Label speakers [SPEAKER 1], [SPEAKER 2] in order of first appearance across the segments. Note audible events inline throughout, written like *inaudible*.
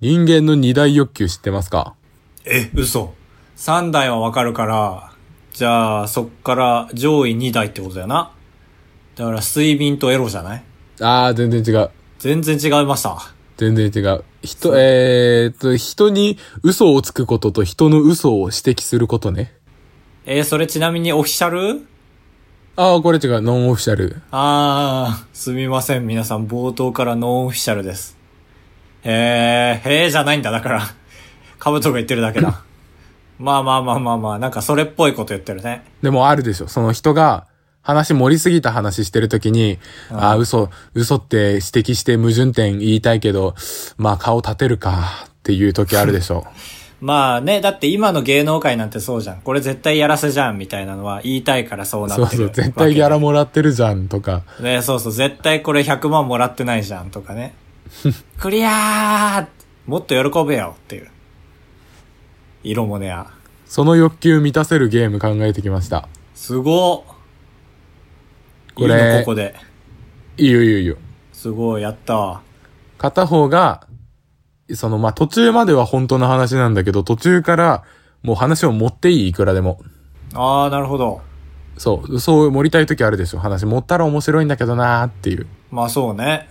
[SPEAKER 1] 人間の二大欲求知ってますか
[SPEAKER 2] え、嘘。3台はわかるから、じゃあ、そっから上位2台ってことだよな。だから、睡眠とエロじゃない
[SPEAKER 1] あー、全然違う。
[SPEAKER 2] 全然違いました。
[SPEAKER 1] 全然違う。人、えー、っと、人に嘘をつくことと人の嘘を指摘することね。
[SPEAKER 2] えーそれちなみにオフィシャル
[SPEAKER 1] あー、これ違う。ノンオフィシャル。
[SPEAKER 2] あー、すみません。皆さん、冒頭からノンオフィシャルです。へー、へーじゃないんだ。だから、カブトが言ってるだけだ。まあまあまあまあまあ、なんかそれっぽいこと言ってるね。
[SPEAKER 1] でもあるでしょ。その人が、話盛りすぎた話してるときに、ああー、嘘、嘘って指摘して矛盾点言いたいけど、まあ顔立てるか、っていう時あるでし
[SPEAKER 2] *laughs*
[SPEAKER 1] ょ。
[SPEAKER 2] まあね、だって今の芸能界なんてそうじゃん。これ絶対やらせじゃん、みたいなのは言いたいからそうなって
[SPEAKER 1] そう
[SPEAKER 2] る。
[SPEAKER 1] そう、絶対ギャラ
[SPEAKER 2] も。
[SPEAKER 1] もらってるじゃん、とか。
[SPEAKER 2] ね、そうそう、絶対これ100万もらってないじゃん、とかね。
[SPEAKER 1] *laughs*
[SPEAKER 2] クリアーもっと喜べよっていう。色もねや。
[SPEAKER 1] その欲求満たせるゲーム考えてきました。
[SPEAKER 2] すご
[SPEAKER 1] こ
[SPEAKER 2] いい
[SPEAKER 1] れ
[SPEAKER 2] のここで。
[SPEAKER 1] いいよいいよいいよ。
[SPEAKER 2] すごい、やったわ。
[SPEAKER 1] 片方が、その、まあ、途中までは本当の話なんだけど、途中から、もう話を持っていい、いくらでも。
[SPEAKER 2] あー、なるほど。
[SPEAKER 1] そう、そう盛りたい時あるでしょ。話持ったら面白いんだけどなーっていう。
[SPEAKER 2] まあそうね。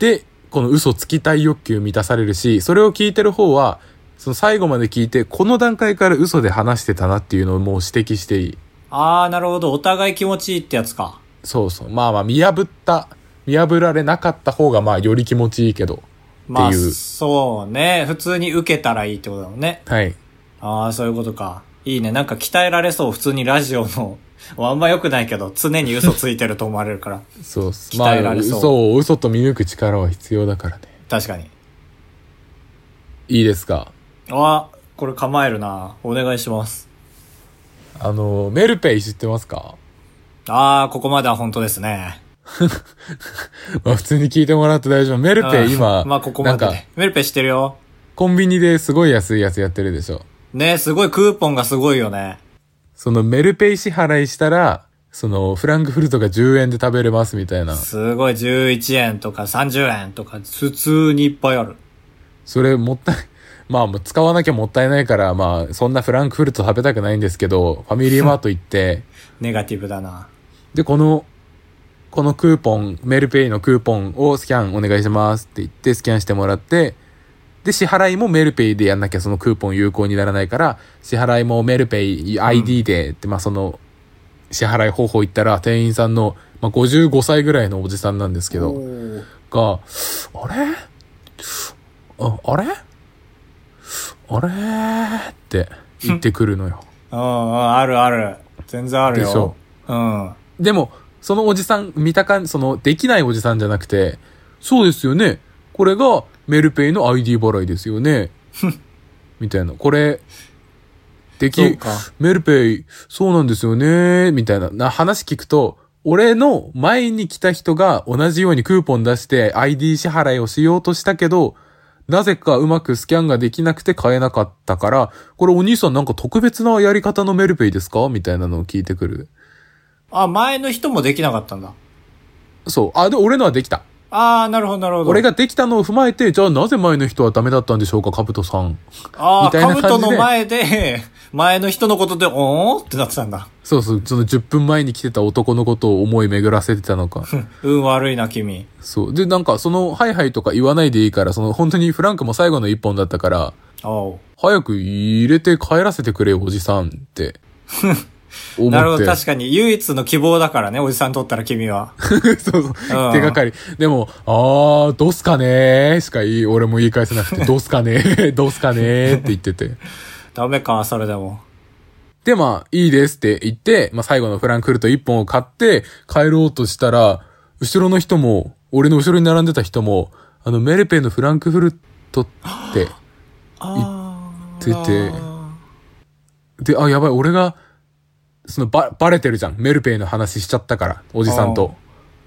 [SPEAKER 1] で、この嘘つきたい欲求満たされるし、それを聞いてる方は、その最後まで聞いて、この段階から嘘で話してたなっていうのをもう指摘していい。
[SPEAKER 2] あー、なるほど。お互い気持ちいいってやつか。
[SPEAKER 1] そうそう。まあまあ、見破った、見破られなかった方が、まあ、より気持ちいいけど。
[SPEAKER 2] まあ、
[SPEAKER 1] っていう
[SPEAKER 2] そうね。普通に受けたらいいってことだもんね。
[SPEAKER 1] はい。
[SPEAKER 2] ああ、そういうことか。いいね。なんか鍛えられそう。普通にラジオの。 *laughs* あんま良くないけど、常に嘘ついてると思われるから。
[SPEAKER 1] そうっす。ま
[SPEAKER 2] 鍛え
[SPEAKER 1] あ、
[SPEAKER 2] られそう
[SPEAKER 1] 嘘を嘘と見抜く力は必要だからね。
[SPEAKER 2] 確かに。
[SPEAKER 1] いいですか
[SPEAKER 2] ああ、これ構えるな。お願いします。
[SPEAKER 1] あの、メルペイ知ってますか
[SPEAKER 2] ああ、ここまでは本当ですね。
[SPEAKER 1] まあ普通に聞いてもらって大丈夫。メルペイ
[SPEAKER 2] あ
[SPEAKER 1] 今、
[SPEAKER 2] ー *laughs* まあ、ここまで
[SPEAKER 1] なんか
[SPEAKER 2] ね。メルペしてるよ。
[SPEAKER 1] コンビニですごい安いやつやってるでしょ。
[SPEAKER 2] ねすごいクーポンがすごいよね。
[SPEAKER 1] そのメルペイ支払いしたら、そのフランクフルトが10円で食べれますみたいな。
[SPEAKER 2] すごい11円とか30円とか、普通にいっぱいある。
[SPEAKER 1] それもったい、 *laughs* まあもう使わなきゃもったいないから、まあそんなフランクフルト食べたくないんですけど、ファミリーマート行って、
[SPEAKER 2] ネガティブだな。
[SPEAKER 1] で、この、このクーポン、メルペイのクーポンをスキャンお願いしますって言ってスキャンしてもらって、で、支払いもメルペイでやんなきゃそのクーポン有効にならないから、支払いもメルペイ ID でって、まあその、支払い方法言ったら店員さんの、まあ55歳ぐらいのおじさんなんですけど、
[SPEAKER 2] おー
[SPEAKER 1] が、あれああれあれって言ってくるのよ。
[SPEAKER 2] うんうん、あるある。全然あるよ。
[SPEAKER 1] でしょ
[SPEAKER 2] うん。
[SPEAKER 1] でも、そのおじさん、見た感じ、その、できないおじさんじゃなくて、そうですよね。これが、メルペイの ID 払いですよね。 *laughs* みたいな。これ、で
[SPEAKER 2] そう
[SPEAKER 1] き、
[SPEAKER 2] か。
[SPEAKER 1] メルペイ、そうなんですよね。みたいな。な、話聞くと、俺の前に来た人が同じようにクーポン出して ID 支払いをしようとしたけど、なぜかうまくスキャンができなくて買えなかったから、これお兄さんなんか特別なやり方のメルペイですかみたいなのを聞いてくる。
[SPEAKER 2] あ、前の人もできなかったんだ。
[SPEAKER 1] そう。あ、で、俺のはできた。
[SPEAKER 2] ああ、なるほど、なるほど。
[SPEAKER 1] 俺、ができたのを踏まえて、じゃあなぜ前の人はダメだったんでしょうか、カブトさん。
[SPEAKER 2] ああ、
[SPEAKER 1] みたいな
[SPEAKER 2] カ
[SPEAKER 1] 感
[SPEAKER 2] ブ
[SPEAKER 1] じで
[SPEAKER 2] トの前で、 *laughs* 前の人のことで、おーんってなってたんだ。
[SPEAKER 1] そうそう、その10分前に来てた男のことを思い巡らせてたのか。
[SPEAKER 2] 運悪いな、君。
[SPEAKER 1] そう。で、なんか、その、ハイハイとか言わないでいいから、その、本当にフランクも最後の一本だったから、
[SPEAKER 2] おう。
[SPEAKER 1] 早く入れて帰らせてくれよ、おじさんって。思って。
[SPEAKER 2] なるほど、確かに唯一の希望だからね、おじさん取ったら
[SPEAKER 1] *laughs*
[SPEAKER 2] 君は。
[SPEAKER 1] そうそう。
[SPEAKER 2] ん
[SPEAKER 1] 手がかり。でも、あー、どうすかねーしか言い、俺も言い返せなくて、どうすかねー、どうすかねーって言ってて。
[SPEAKER 2] ダメか、それでも。
[SPEAKER 1] で、まあ、いいですって言って、まあ、最後のフランクフルト1本を買って、帰ろうとしたら、後ろの人も、俺の後ろに並んでた人も、あの、メルペのフランクフルトって、
[SPEAKER 2] ああ。
[SPEAKER 1] 言っててで、あ、やばい、俺が、その、ば、バレてるじゃん。メルペイの話しちゃったから、おじさんと。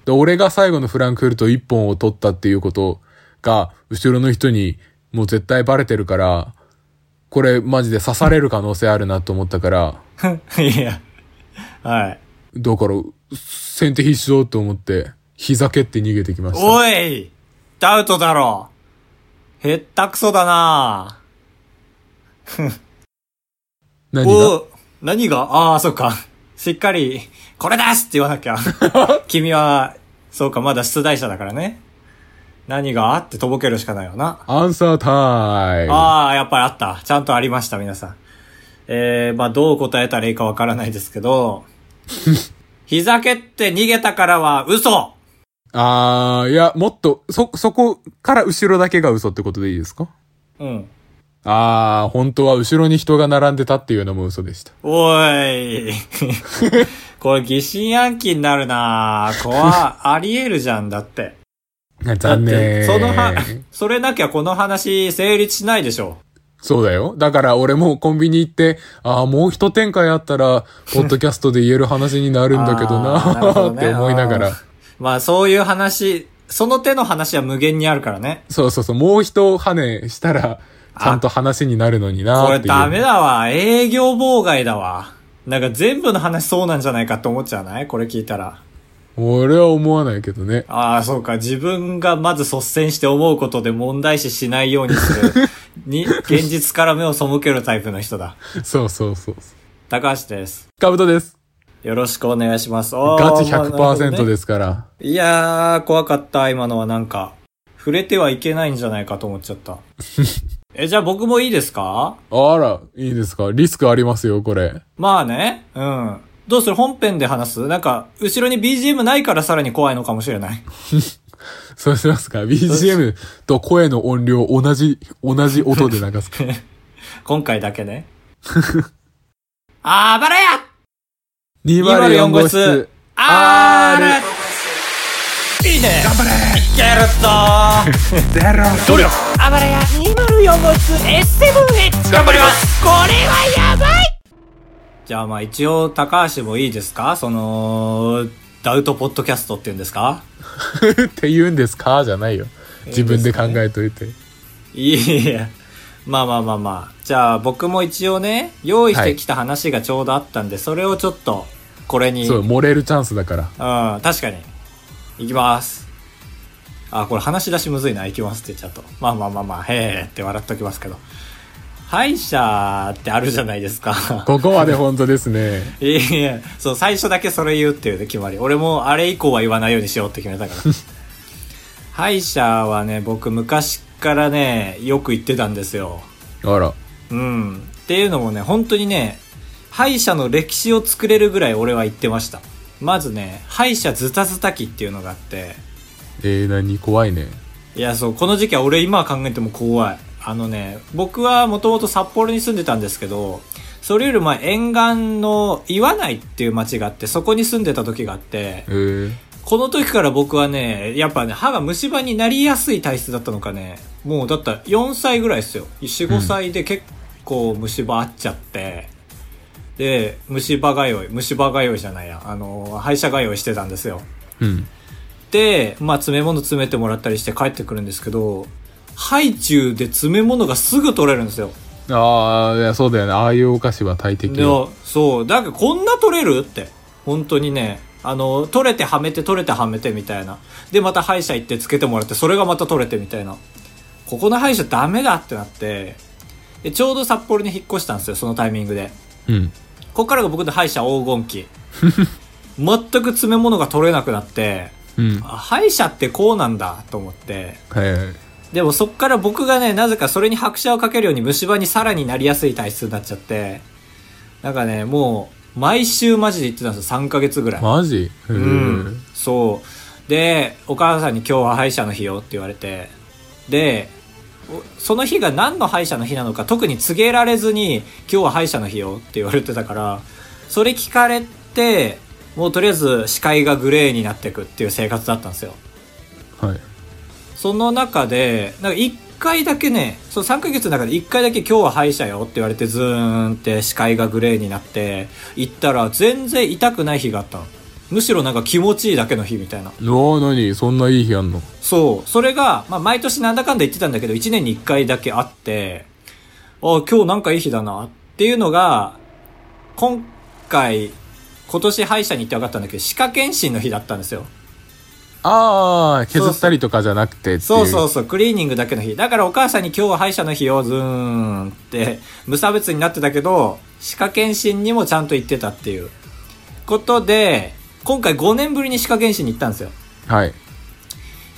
[SPEAKER 1] で、俺が最後のフランクフルト1本を取ったっていうことが、後ろの人に、もう絶対バレてるから、これマジで刺される可能性あるなと思ったから、
[SPEAKER 2] *laughs* いや。はい。
[SPEAKER 1] だから、先手必勝と思って、膝蹴って逃げてきました。
[SPEAKER 2] おいダウトだろへったくそだな
[SPEAKER 1] 何
[SPEAKER 2] お
[SPEAKER 1] が
[SPEAKER 2] ー何がああ、そっか。しっかり、これですって言わな
[SPEAKER 1] *laughs*
[SPEAKER 2] きゃ。君は、そうか、まだ出題者だからね。何があってとぼけるしかないよな。
[SPEAKER 1] アンサータイム。
[SPEAKER 2] ああ、やっぱりあった。ちゃんとありました、皆さん。えー、まあ、どう答えたらいいかわからないです
[SPEAKER 1] *laughs*
[SPEAKER 2] けど、ひざけって逃げたからは嘘
[SPEAKER 1] あー、いや、もっと、そ、そこから後ろだけが嘘ってことでいいですか
[SPEAKER 2] うん。
[SPEAKER 1] あー、本当は後ろに人が並んでたっていうのも嘘でした。
[SPEAKER 2] お
[SPEAKER 1] *laughs*
[SPEAKER 2] ーい。これ疑心暗鬼になるなぁ。怖、ありえるじゃんだって。
[SPEAKER 1] 残
[SPEAKER 2] だって
[SPEAKER 1] 念。
[SPEAKER 2] そのは、それなきゃこの話成立しないでしょ。
[SPEAKER 1] そうだよ。だから俺もコンビニ行って、ああ、もう一展開あったら、ポッドキャストで言える話になるんだけど
[SPEAKER 2] あーなるほど
[SPEAKER 1] な、
[SPEAKER 2] ね
[SPEAKER 1] *laughs* って思いなが
[SPEAKER 2] あ
[SPEAKER 1] ら
[SPEAKER 2] ー。まあそういう話、その手の話は無限にあるからね。
[SPEAKER 1] そうそうそう、もう一跳ねしたら、ちゃんと話になるのにな
[SPEAKER 2] これ
[SPEAKER 1] っていう
[SPEAKER 2] ダメだわ。営業妨害だわ。なんか全部の話そうなんじゃないかって思っちゃわないこれ聞いたら。
[SPEAKER 1] 俺は思わないけどね。
[SPEAKER 2] ああ、そうか。自分がまず率先して思うことで問題視しないようにす
[SPEAKER 1] *laughs*
[SPEAKER 2] る。に、現実から目を背けるタイプの人だ。
[SPEAKER 1] そうそうそう。
[SPEAKER 2] 高橋です。
[SPEAKER 1] かぶとです。
[SPEAKER 2] よろしくお願いします。
[SPEAKER 1] ガチ
[SPEAKER 2] です
[SPEAKER 1] 100%ですから。
[SPEAKER 2] いやー、怖かった、今のはなんか。触れてはいけないんじゃないかと思っち
[SPEAKER 1] *laughs*
[SPEAKER 2] ゃった。え、じゃあ僕もいいですか
[SPEAKER 1] あら、いいですかリスクありますよ、これ。
[SPEAKER 2] まあね。うん。どうする本編で話すなんか、後ろに BGM ないからさらに怖いのかもしれない。 *laughs*
[SPEAKER 1] そうしますか ?BGM と声の音量同じ、同じ音で流すか
[SPEAKER 2] 今回だけね。あばらや
[SPEAKER 1] ?204 号室。
[SPEAKER 2] あーるいいね頑張れいけるぞ *laughs*
[SPEAKER 1] 努力
[SPEAKER 2] あばらや204号室 S7H 頑張りますこれはやばいじゃあまあ一応高橋もいいですかその、ダウトポッドキャストって言うんですか
[SPEAKER 1] って言うんですかじゃないよ。自分で考えといて。
[SPEAKER 2] いいや。まあまあまあまあ。じゃあ僕も一応ね、用意してきた話がちょうどあったんで、それをちょっと、これに。
[SPEAKER 1] そうう、
[SPEAKER 2] ん、
[SPEAKER 1] 漏れるチャンスだから。
[SPEAKER 2] 確かに。いきます。あ、これ話し出しむずいな。いきますって言っちゃうと。まあまあまあまあ、へーって笑っときますけど。歯医者ってあるじゃないですか。
[SPEAKER 1] ここまで本当ですね。
[SPEAKER 2] いやいや、そう、最初だけそれ言うっていうね、決まり。俺もあれ以降は言わないようにしようって決め
[SPEAKER 1] *laughs*
[SPEAKER 2] たから。歯医者はね、僕昔からね、よく行ってたんですよ。
[SPEAKER 1] あら。
[SPEAKER 2] うん。っていうのもね、本当にね、歯医者の歴史を作れるぐらい俺は言ってました。まずね、歯医者ズタズタ期っていうのがあって、
[SPEAKER 1] えー、何怖いね。
[SPEAKER 2] いや、そう、この時期は俺今考えても怖い。あのね、僕はもともと札幌に住んでたんですけど、それより前沿岸の岩内っていう町があって、そこに住んでた時があって
[SPEAKER 1] え、ー、
[SPEAKER 2] この時から僕はね、やっぱね、歯が虫歯になりやすい体質だったのかね、もうだったら4歳ぐらいですよ。4、
[SPEAKER 1] うん
[SPEAKER 2] 5歳で結構虫歯あっちゃって、で、虫歯通い、虫歯通いじゃないや、あの、歯医者通いしてたんですよ。
[SPEAKER 1] うん。
[SPEAKER 2] で、まあ詰め物詰めてもらったりして帰ってくるんですけど、ハイチュウで詰め物がすぐ取れるんですよ。
[SPEAKER 1] ああ、いや、そうだよね。ああいうお菓子は大敵
[SPEAKER 2] で
[SPEAKER 1] よ。
[SPEAKER 2] そう、だからこんな取れるって。本当にね、あの、取れてはめて取れてはめてみたいな。で、また歯医者行ってつけてもらって、それがまた取れてみたいな。ここの歯医者ダメだってなって、で、ちょうど札幌に引っ越したんですよ、そのタイミングで。
[SPEAKER 1] うん。
[SPEAKER 2] ここからが僕の歯医者黄金期。全く詰め物が取れなくなって、
[SPEAKER 1] うん。は
[SPEAKER 2] あ歯医者ってこうなんだと思って、
[SPEAKER 1] いはい。
[SPEAKER 2] でもそっから僕がね、なぜかそれに拍車をかけるように虫歯にさらになりやすい体質になっちゃって、なんかね、もう、毎週マジで言ってたんですよ、3ヶ月ぐらい。
[SPEAKER 1] マジう
[SPEAKER 2] うん。。そう。で、お母さんに今日は歯医者の日よって言われて、で、おその日が何の歯医者の日なのか特に告げられずに、今日は歯医者の日よって言われてたから、それ聞かれて、もうとりあえず視界がグレーになってくっていう生活だったんですよ。
[SPEAKER 1] はい。
[SPEAKER 2] その中で、なんか一回だけね、その3ヶ月の中で一回だけ今日は歯医者よって言われてズーンって視界がグレーになって、行ったら全然痛くない日があったの。むしろなんか気持ちいいだけの日みたいな。
[SPEAKER 1] おー、何そんないい日あんの
[SPEAKER 2] そう。それが、まあ毎年なんだかんだ言ってたんだけど、1年に1回だけあって、あ今日なんかいい日だなっていうのが、今回、今年歯医者に行って分かったんだけど、歯科検診の日だったんですよ。
[SPEAKER 1] ああ、削ったりとかじゃなくてっていう。
[SPEAKER 2] そうそうそう、クリーニングだけの日。だからお母さんに今日は歯医者の日をずーんって、無差別になってたけど、歯科検診にもちゃんと行ってたっていう。ことで、今回5年ぶりに歯科検診に行ったんですよ。
[SPEAKER 1] はい。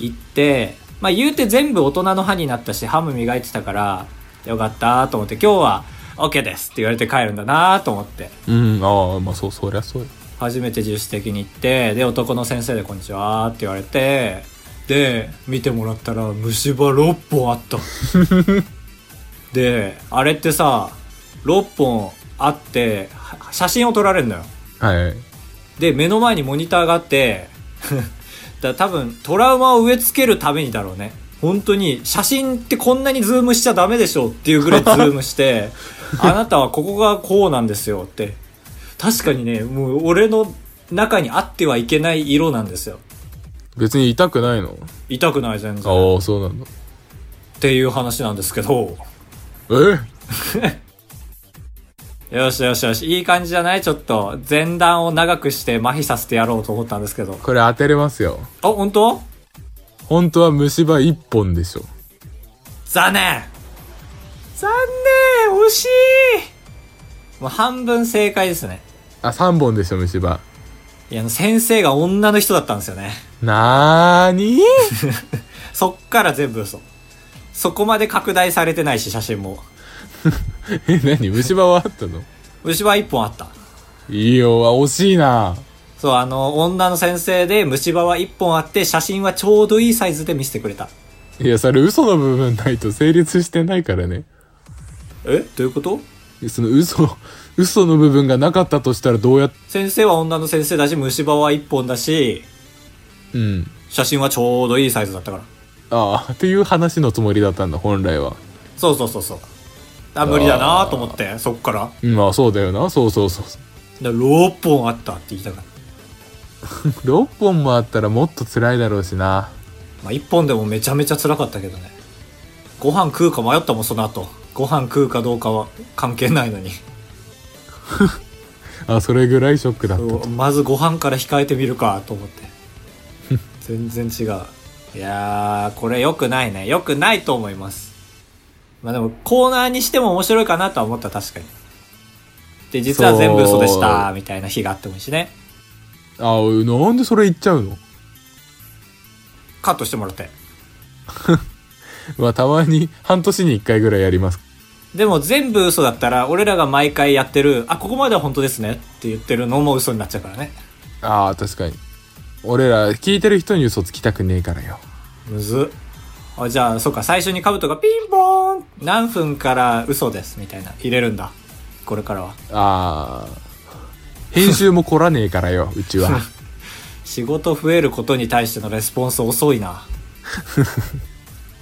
[SPEAKER 2] 行って、まあ言うて全部大人の歯になったし、歯も磨いてたから、よかったと思って、今日は OK ですって言われて帰るんだなと思って。
[SPEAKER 1] うん、ああ、まあそう、そりゃそうよ。
[SPEAKER 2] 初めて自主的に行ってで男の先生で「こんにちは」って言われてで見てもらったら虫歯6本あったであれってさ6本あっては写真を撮られるのよ
[SPEAKER 1] はい。
[SPEAKER 2] で目の前にモニターがあって *laughs* だから多分トラウマを植え付けるためにだろうね本当に写真ってこんなにズームしちゃダメでしょっていうぐら
[SPEAKER 1] *laughs*
[SPEAKER 2] いズームしてあなたはここがこうなんですよって確かにねもう俺の中にあってはいけない色なんですよ
[SPEAKER 1] 別に痛くないの
[SPEAKER 2] 痛くない全然っ
[SPEAKER 1] ああ、そうなんだ。
[SPEAKER 2] ていう話なんですけど
[SPEAKER 1] え
[SPEAKER 2] よしよしよしいい感じじゃないちょっと前段を長くして麻痺させてやろうと思ったんですけど
[SPEAKER 1] これ当てれますよ。
[SPEAKER 2] あ本当
[SPEAKER 1] 本当は虫歯一本でしょ。
[SPEAKER 2] 残念残念惜しいもう半分正解ですね。
[SPEAKER 1] あ、三本でしょ、虫歯。
[SPEAKER 2] いや、あの先生が女の人だったんですよね。
[SPEAKER 1] なーに *laughs*
[SPEAKER 2] そっから全部嘘。そこまで拡大されてないし、写真も。
[SPEAKER 1] え、何虫歯はあったの
[SPEAKER 2] 虫歯一本あった。
[SPEAKER 1] いいよ、あ惜しいな。
[SPEAKER 2] そう、あの、女の先生で虫歯は一本あって、写真はちょうどいいサイズで見せてくれた。
[SPEAKER 1] いや、それ嘘の部分ないと成立してないからね。
[SPEAKER 2] えどういうこと
[SPEAKER 1] その嘘、嘘の部分がなかったとしたらどうやっ、
[SPEAKER 2] 先生は女の先生だし、虫歯は一本だし、
[SPEAKER 1] うん。
[SPEAKER 2] 写真はちょうどいいサイズだったから。
[SPEAKER 1] ああ、っていう話のつもりだったんだ、本来は。
[SPEAKER 2] そうそうそうそう。あ、無理だなと思って、そっから。
[SPEAKER 1] うんまあそうだよな。そうそうそうそう。
[SPEAKER 2] だ6本あったって言いたかった。
[SPEAKER 1] 6本もあったらもっと辛いだろうしな。
[SPEAKER 2] まあ、1本でもめちゃめちゃ辛かったけどね。ご飯食うか迷ったもん、その後。ご飯食うかどうかは関係ないのに。 *laughs*
[SPEAKER 1] あ、それぐらいショックだった。
[SPEAKER 2] そうまずご飯から控えてみるかと思って。全然違う。いやー、これ良くないね。良くないと思います。まあでも、コーナーにしても面白いかなとは思った、確かに。で、実は全部嘘でした、みたいな日があってもいいしね。
[SPEAKER 1] あ、なんでそれ言っちゃうの
[SPEAKER 2] カットしてもらって。
[SPEAKER 1] まあたまに半年に1回ぐらいやります。
[SPEAKER 2] でも全部嘘だったら、俺らが毎回やってる、あ、ここまでは本当ですねって言ってるのも嘘になっちゃうからね。
[SPEAKER 1] ああ、確かに。俺ら聞いてる人に嘘つきたくねえからよ。
[SPEAKER 2] むずっあじゃあそうか最初にカブトがピンポーン何分から嘘ですみたいな入れるんだこれからは
[SPEAKER 1] ああ。編集も来らねえから *laughs* よ、うちは。
[SPEAKER 2] 仕事増えることに対してのレスポンス遅いな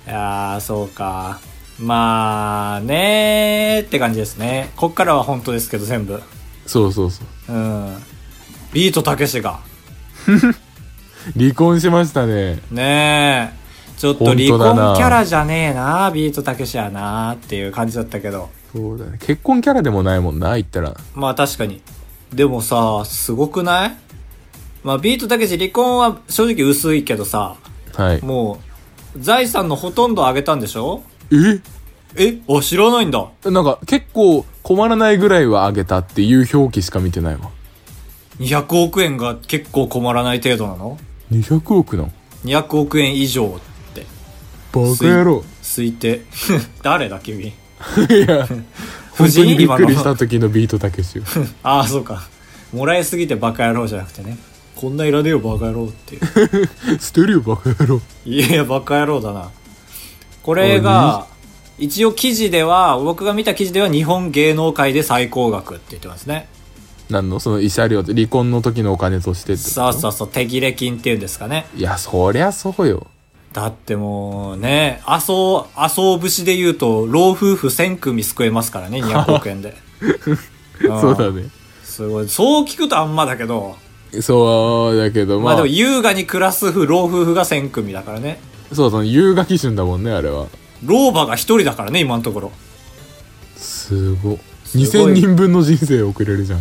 [SPEAKER 2] いやーそうかまあねーって感じですねこっからは本当ですけど全部
[SPEAKER 1] そうそうそう。
[SPEAKER 2] うんビートたけしが
[SPEAKER 1] 離婚しましたね。
[SPEAKER 2] ねえちょっと離
[SPEAKER 1] 本当だな
[SPEAKER 2] 婚キャラじゃねえなビートたけしやなーっていう感じだったけど
[SPEAKER 1] そうだね。結婚キャラでもないもんな、言ったら。
[SPEAKER 2] まあ確かに。でもさ、すごくないまあビートたけし離婚は正直薄いけどさ、
[SPEAKER 1] はい。
[SPEAKER 2] もう、財産のほとんどあげたんでしょ
[SPEAKER 1] え
[SPEAKER 2] えあ、知らないんだ。
[SPEAKER 1] なんか結構困らないぐらいはあげたっていう表記しか見てないわ。
[SPEAKER 2] 200億円が結構困らない程度なの
[SPEAKER 1] 200億なの
[SPEAKER 2] ?200 億円以上って、
[SPEAKER 1] バカ野郎。
[SPEAKER 2] 推定。 *laughs* 誰だ君。 *laughs*
[SPEAKER 1] いや、
[SPEAKER 2] 夫
[SPEAKER 1] 本当
[SPEAKER 2] 人
[SPEAKER 1] にびっくり
[SPEAKER 2] 今
[SPEAKER 1] し
[SPEAKER 2] の
[SPEAKER 1] た時のビートたけしよ。
[SPEAKER 2] ああ、そうか。もらいすぎてバカ野郎じゃなくてね。こんないらねえよバカ野郎っていう。
[SPEAKER 1] 捨てるよ、バカ野郎。
[SPEAKER 2] いや、バカ野郎だな。これが、一応記事では、僕が見た記事では日本芸能界で最高額って言ってますね。
[SPEAKER 1] なんのその慰謝料って離婚の時のお金としてってこと
[SPEAKER 2] そうそうそう、手切れ金っていうんですかね。
[SPEAKER 1] いや、そりゃそうよ。
[SPEAKER 2] だってもうね、麻生、麻生節で言うと、老夫婦1000組救えますからね、200億円で。ん
[SPEAKER 1] そうだね。
[SPEAKER 2] すごい。そう聞くとあんまだけど、
[SPEAKER 1] そうだけど、
[SPEAKER 2] ま
[SPEAKER 1] ま
[SPEAKER 2] あ
[SPEAKER 1] あ、
[SPEAKER 2] でも優雅に暮らす夫、老夫婦が1000組だからね。
[SPEAKER 1] そうそう、優雅基準だもんね、あれは。
[SPEAKER 2] 老婆が一人だからね、今のところ。
[SPEAKER 1] すご。
[SPEAKER 2] ごい
[SPEAKER 1] 2000人分の人生を送れるじゃん。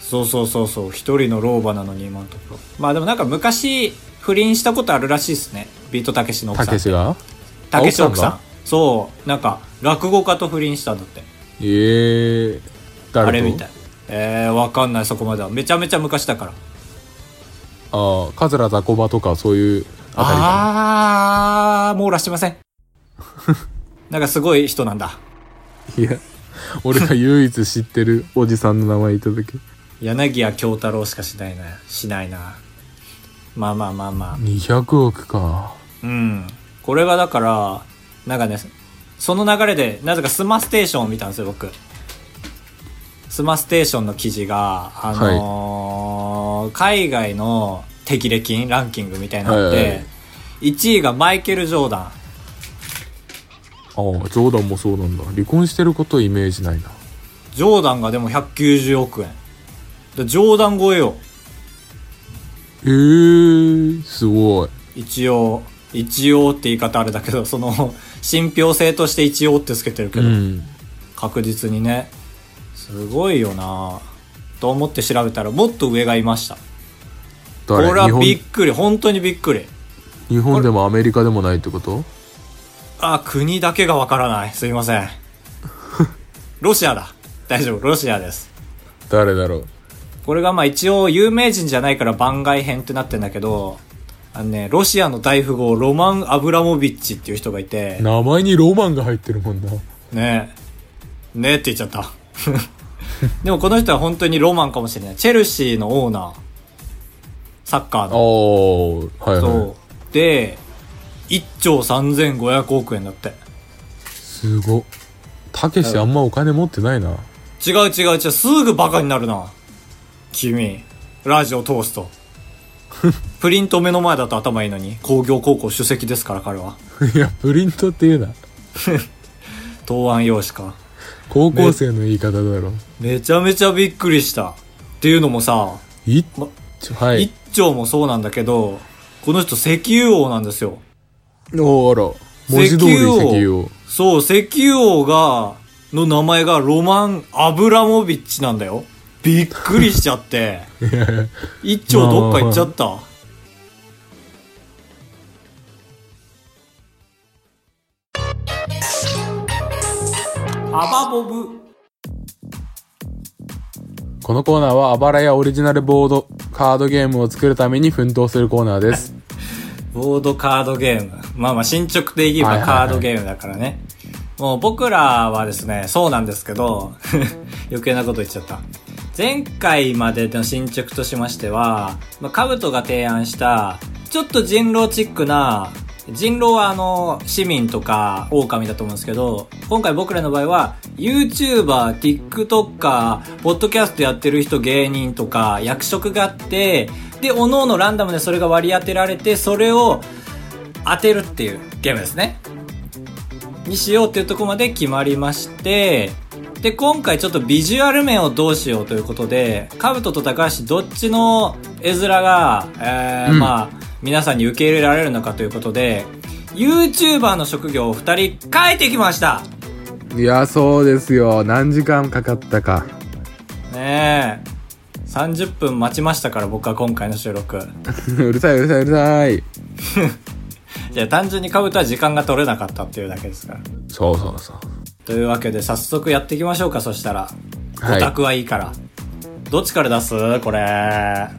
[SPEAKER 2] そうそうそうそう一人の老婆なのに今のところまあでもなんか昔不倫したことあるらしいですね。ビートたけしの奥
[SPEAKER 1] た
[SPEAKER 2] さん
[SPEAKER 1] け
[SPEAKER 2] って。
[SPEAKER 1] しが
[SPEAKER 2] たけし奥さ
[SPEAKER 1] あ
[SPEAKER 2] ん。そう。なんか、落語家と不倫したんだって。
[SPEAKER 1] ええ誰と
[SPEAKER 2] あれみたい。えー、わかんない、そこまでは。めちゃめちゃ昔だから。
[SPEAKER 1] ああ桂雑魚場とかそういうあたりか
[SPEAKER 2] あー、網羅してません。 *laughs* なんかすごい人なんだ。
[SPEAKER 1] いや俺が唯一知ってるおじさんの名前いただけ
[SPEAKER 2] 柳家京太郎しかしないな。しないな。まあまあまあまあ。
[SPEAKER 1] 200億か
[SPEAKER 2] うん。これはだから、なんかね、その流れで、なぜかスマステーションを見たんですよ、僕。スマステーションの記事が、あのー海外の適齢金ランキングみたいなので、
[SPEAKER 1] はいはいはい
[SPEAKER 2] 1位がマイケル・ジョーダン。
[SPEAKER 1] ああジョーダンもそうなんだ離婚してることイメージないな
[SPEAKER 2] ジョーダンがでも190億円。でジョーダン超えよ。
[SPEAKER 1] ええすごい
[SPEAKER 2] 一応、一応って言い方あれだけど、その、信憑性として一応ってつけてるけ
[SPEAKER 1] う
[SPEAKER 2] ど、
[SPEAKER 1] ん
[SPEAKER 2] 確実にねすごいよなと思って調べたらもっと上がいましたこ
[SPEAKER 1] 誰
[SPEAKER 2] れは
[SPEAKER 1] 日本
[SPEAKER 2] びっくり本当にびっくり
[SPEAKER 1] 日本でもアメリカでもないってこと
[SPEAKER 2] あ国だけがわからないすいませ
[SPEAKER 1] *laughs*
[SPEAKER 2] んロシアだ大丈夫ロシアです
[SPEAKER 1] 誰だろう
[SPEAKER 2] これがまあ一応有名人じゃないから番外編ってなってんだけどあのねロシアの大富豪ロマン・アブラモビッチっていう人がいて
[SPEAKER 1] 名前にロマンが入ってるもんな
[SPEAKER 2] ねえねえって言っちゃった
[SPEAKER 1] *laughs*
[SPEAKER 2] でもこの人は本当にロマンかもしれないチェルシーのオーナーサッカーの
[SPEAKER 1] ああはいは
[SPEAKER 2] そう。で、1兆3500億円だって。
[SPEAKER 1] いすごったけしあんまお金持ってないな *laughs*
[SPEAKER 2] 違う違う違う、すぐバカになるな。君、ラジオ通すと。プリント目の前だと頭いいのに、工業高校主席ですから彼は。
[SPEAKER 1] いやプリントっていうな
[SPEAKER 2] 答案用紙か。
[SPEAKER 1] 高校生の言い方だろ
[SPEAKER 2] めちゃめちゃびっくりした。っていうのもさ、
[SPEAKER 1] いっ
[SPEAKER 2] ま
[SPEAKER 1] ちょはい
[SPEAKER 2] 一丁もそうなんだけど、この人石油王なんですよ。
[SPEAKER 1] おあら文字通り石油を
[SPEAKER 2] そう、石油王が、の名前がロマン・アブラモビッチなんだよ。びっくりしち
[SPEAKER 1] *laughs*
[SPEAKER 2] ゃって。一丁どっか行っちゃった。アバボブ。
[SPEAKER 1] このコーナーはあばらやオリジナルボードカードゲームを作るために奮闘するコーナーです
[SPEAKER 2] ボードカードゲーム。まあまあ、進捗で言えばカードゲームだからね。もう僕らはですね、そうなんですけど、 *laughs* 余計なこと言っちゃった。前回までの進捗としましては、まあ、カブトが提案した、ちょっと人狼チックな、人狼はあの、市民とか狼だと思うんですけど、今回僕らの場合は、YouTuber、TikToker、ポッドキャストやってる人、芸人とか、役職があって、で、各々ランダムでそれが割り当てられて、それを当てるっていうゲームですね。にしようっていうところまで決まりまして、で、今回ちょっとビジュアル面をどうしようということで、カブトと高橋どっちの絵面が、えー
[SPEAKER 1] うん
[SPEAKER 2] まあ、皆さんに受け入れられるのかということで、YouTuber の職業を2人書いてきました
[SPEAKER 1] *laughs* いやそうですよ何時間かかったか *laughs*
[SPEAKER 2] ねえ。30分待ちましたから僕は今回の収
[SPEAKER 1] *laughs*
[SPEAKER 2] 録。
[SPEAKER 1] うるさいうるさいうるさい
[SPEAKER 2] いや、単純にカブトは時間が取れなかったっていうだけですから。
[SPEAKER 1] そうそうそう
[SPEAKER 2] というわけで早速やっていきましょうかそしたら
[SPEAKER 1] はい
[SPEAKER 2] オタクはいいから、どっちから出すこれ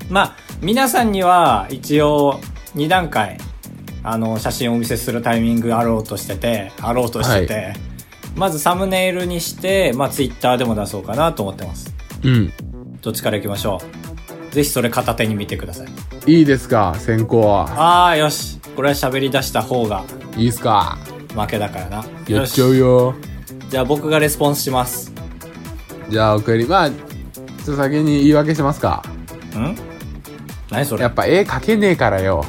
[SPEAKER 2] まあ皆さんには一応2段階あの写真をお見せするタイミングあろうとしててあろうとしてて、まずサムネイルにして、まあ、ツイッターでも出そうかなと思ってます
[SPEAKER 1] うん
[SPEAKER 2] どっちからいきましょうぜひそれ片手に見てください
[SPEAKER 1] いいですか先行は
[SPEAKER 2] ああよしこれは喋り出した方が
[SPEAKER 1] いいっすか
[SPEAKER 2] 負けだからな
[SPEAKER 1] や
[SPEAKER 2] よ
[SPEAKER 1] っ
[SPEAKER 2] し
[SPEAKER 1] ちゃうよ
[SPEAKER 2] じゃあ僕がレスポンスします
[SPEAKER 1] じゃあ送りまあちょっと先に言い訳しますか
[SPEAKER 2] ん何それ
[SPEAKER 1] やっぱ絵描けねえからよ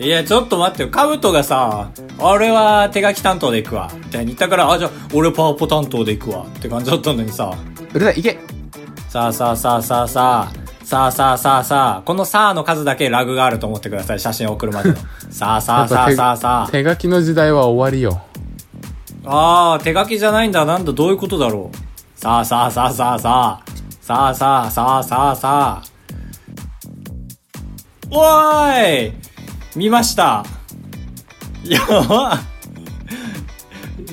[SPEAKER 2] いや、ちょっと待ってよ。カブトがさ、俺は手書き担当で行くわ。みたいに言ったから、あ、じゃあ、俺パワポ担当で行くわ。って感じだったのにさ。
[SPEAKER 1] うるさいいけ
[SPEAKER 2] さあさあさあさあさあ。さあさあさあさあ。このさあの数だけラグがあると思ってください。写真を送るまでの。さあさあさあさあさ
[SPEAKER 1] 手手書きの時代は終わりよ
[SPEAKER 2] あ。ああ、手書きじゃないんだ。なんだ、どういうことだろう。さあさあさあさあさあ。さあさあさあさあさあ。おーい見ましたやば